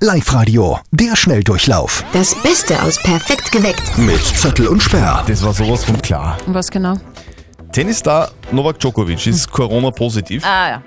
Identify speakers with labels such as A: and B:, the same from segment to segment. A: Live-Radio, der Schnelldurchlauf.
B: Das Beste aus Perfekt geweckt.
A: Mit Zettel und Sperr.
C: Das war sowas von klar.
D: Was genau? Hm.
C: Tennisstar Novak Djokovic ist Corona-positiv.
D: Ah ja.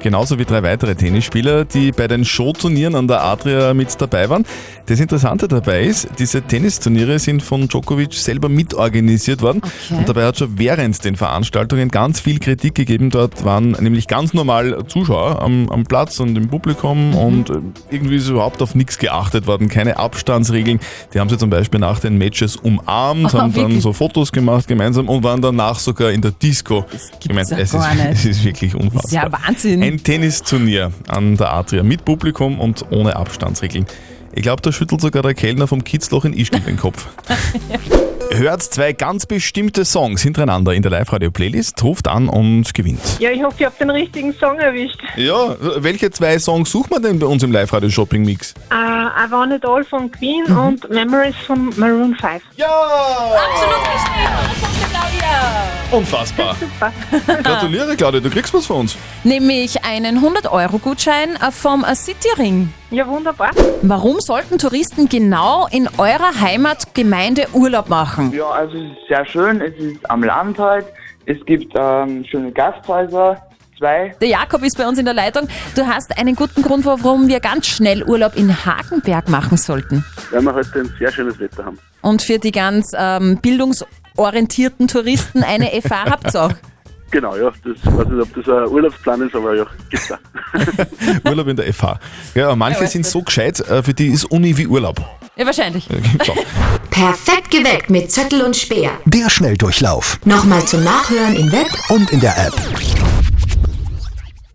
C: Genauso wie drei weitere Tennisspieler, die bei den Showturnieren an der Adria mit dabei waren. Das Interessante dabei ist, diese Tennisturniere sind von Djokovic selber mitorganisiert worden.
D: Okay.
C: Und dabei hat schon während den Veranstaltungen ganz viel Kritik gegeben. Dort waren nämlich ganz normal Zuschauer am, am Platz und im Publikum
D: Mhm.
C: und äh, irgendwie ist überhaupt auf nichts geachtet worden. Keine Abstandsregeln. Die haben sie zum Beispiel nach den Matches umarmt, haben dann
D: wirklich?
C: so Fotos gemacht gemeinsam und waren danach sogar in der Disco.
D: gibt's
C: gemeinsam.
D: ja
C: es,
D: gar
C: ist,
D: nicht.
C: es ist wirklich unfassbar.
D: Ist ja
C: Ein
D: Wahnsinn.
C: Tennisturnier an der Adria mit Publikum und ohne Abstandsregeln. Ich glaube, da schüttelt sogar der Kellner vom Kitzloch in Ischgl den Kopf. Hört zwei ganz bestimmte Songs hintereinander in der Live-Radio-Playlist, ruft an und gewinnt.
E: Ja, ich hoffe, ich habe den richtigen Song erwischt.
C: Ja, welche zwei Songs sucht man denn bei uns im Live-Radio-Shopping-Mix?
E: Äh, I Want It All von Queen und Memories von Maroon 5.
C: Ja! Absolut richtig! Ah! Unfassbar.
E: Super.
C: Gratuliere, Claudia, du kriegst was von uns.
D: Nämlich einen 100-Euro-Gutschein äh, vom Cityring.
E: Ja, wunderbar.
D: Warum sollten Touristen genau in eurer Heimatgemeinde Urlaub machen?
F: Ja, also es ist sehr schön, es ist am Land halt, es gibt ähm, schöne Gasthäuser, zwei.
D: Der Jakob ist bei uns in der Leitung. Du hast einen guten Grund, warum wir ganz schnell Urlaub in Hagenberg machen sollten.
G: weil wir heute ein sehr schönes Wetter haben.
D: Und für die ganz ähm, bildungsorientierten Touristen eine FH habt ihr auch.
G: Genau, ja. Das weiß nicht, ob das ein Urlaubsplan ist, aber ja, gibt's auch.
C: Urlaub in der FH. Ja, manche sind so gescheit, äh, für die ist Uni wie Urlaub.
D: Ja, wahrscheinlich.
C: So.
B: Perfekt geweckt mit Zettel und Speer.
A: Der Schnelldurchlauf.
B: Nochmal zum Nachhören in Web
A: Und in der App.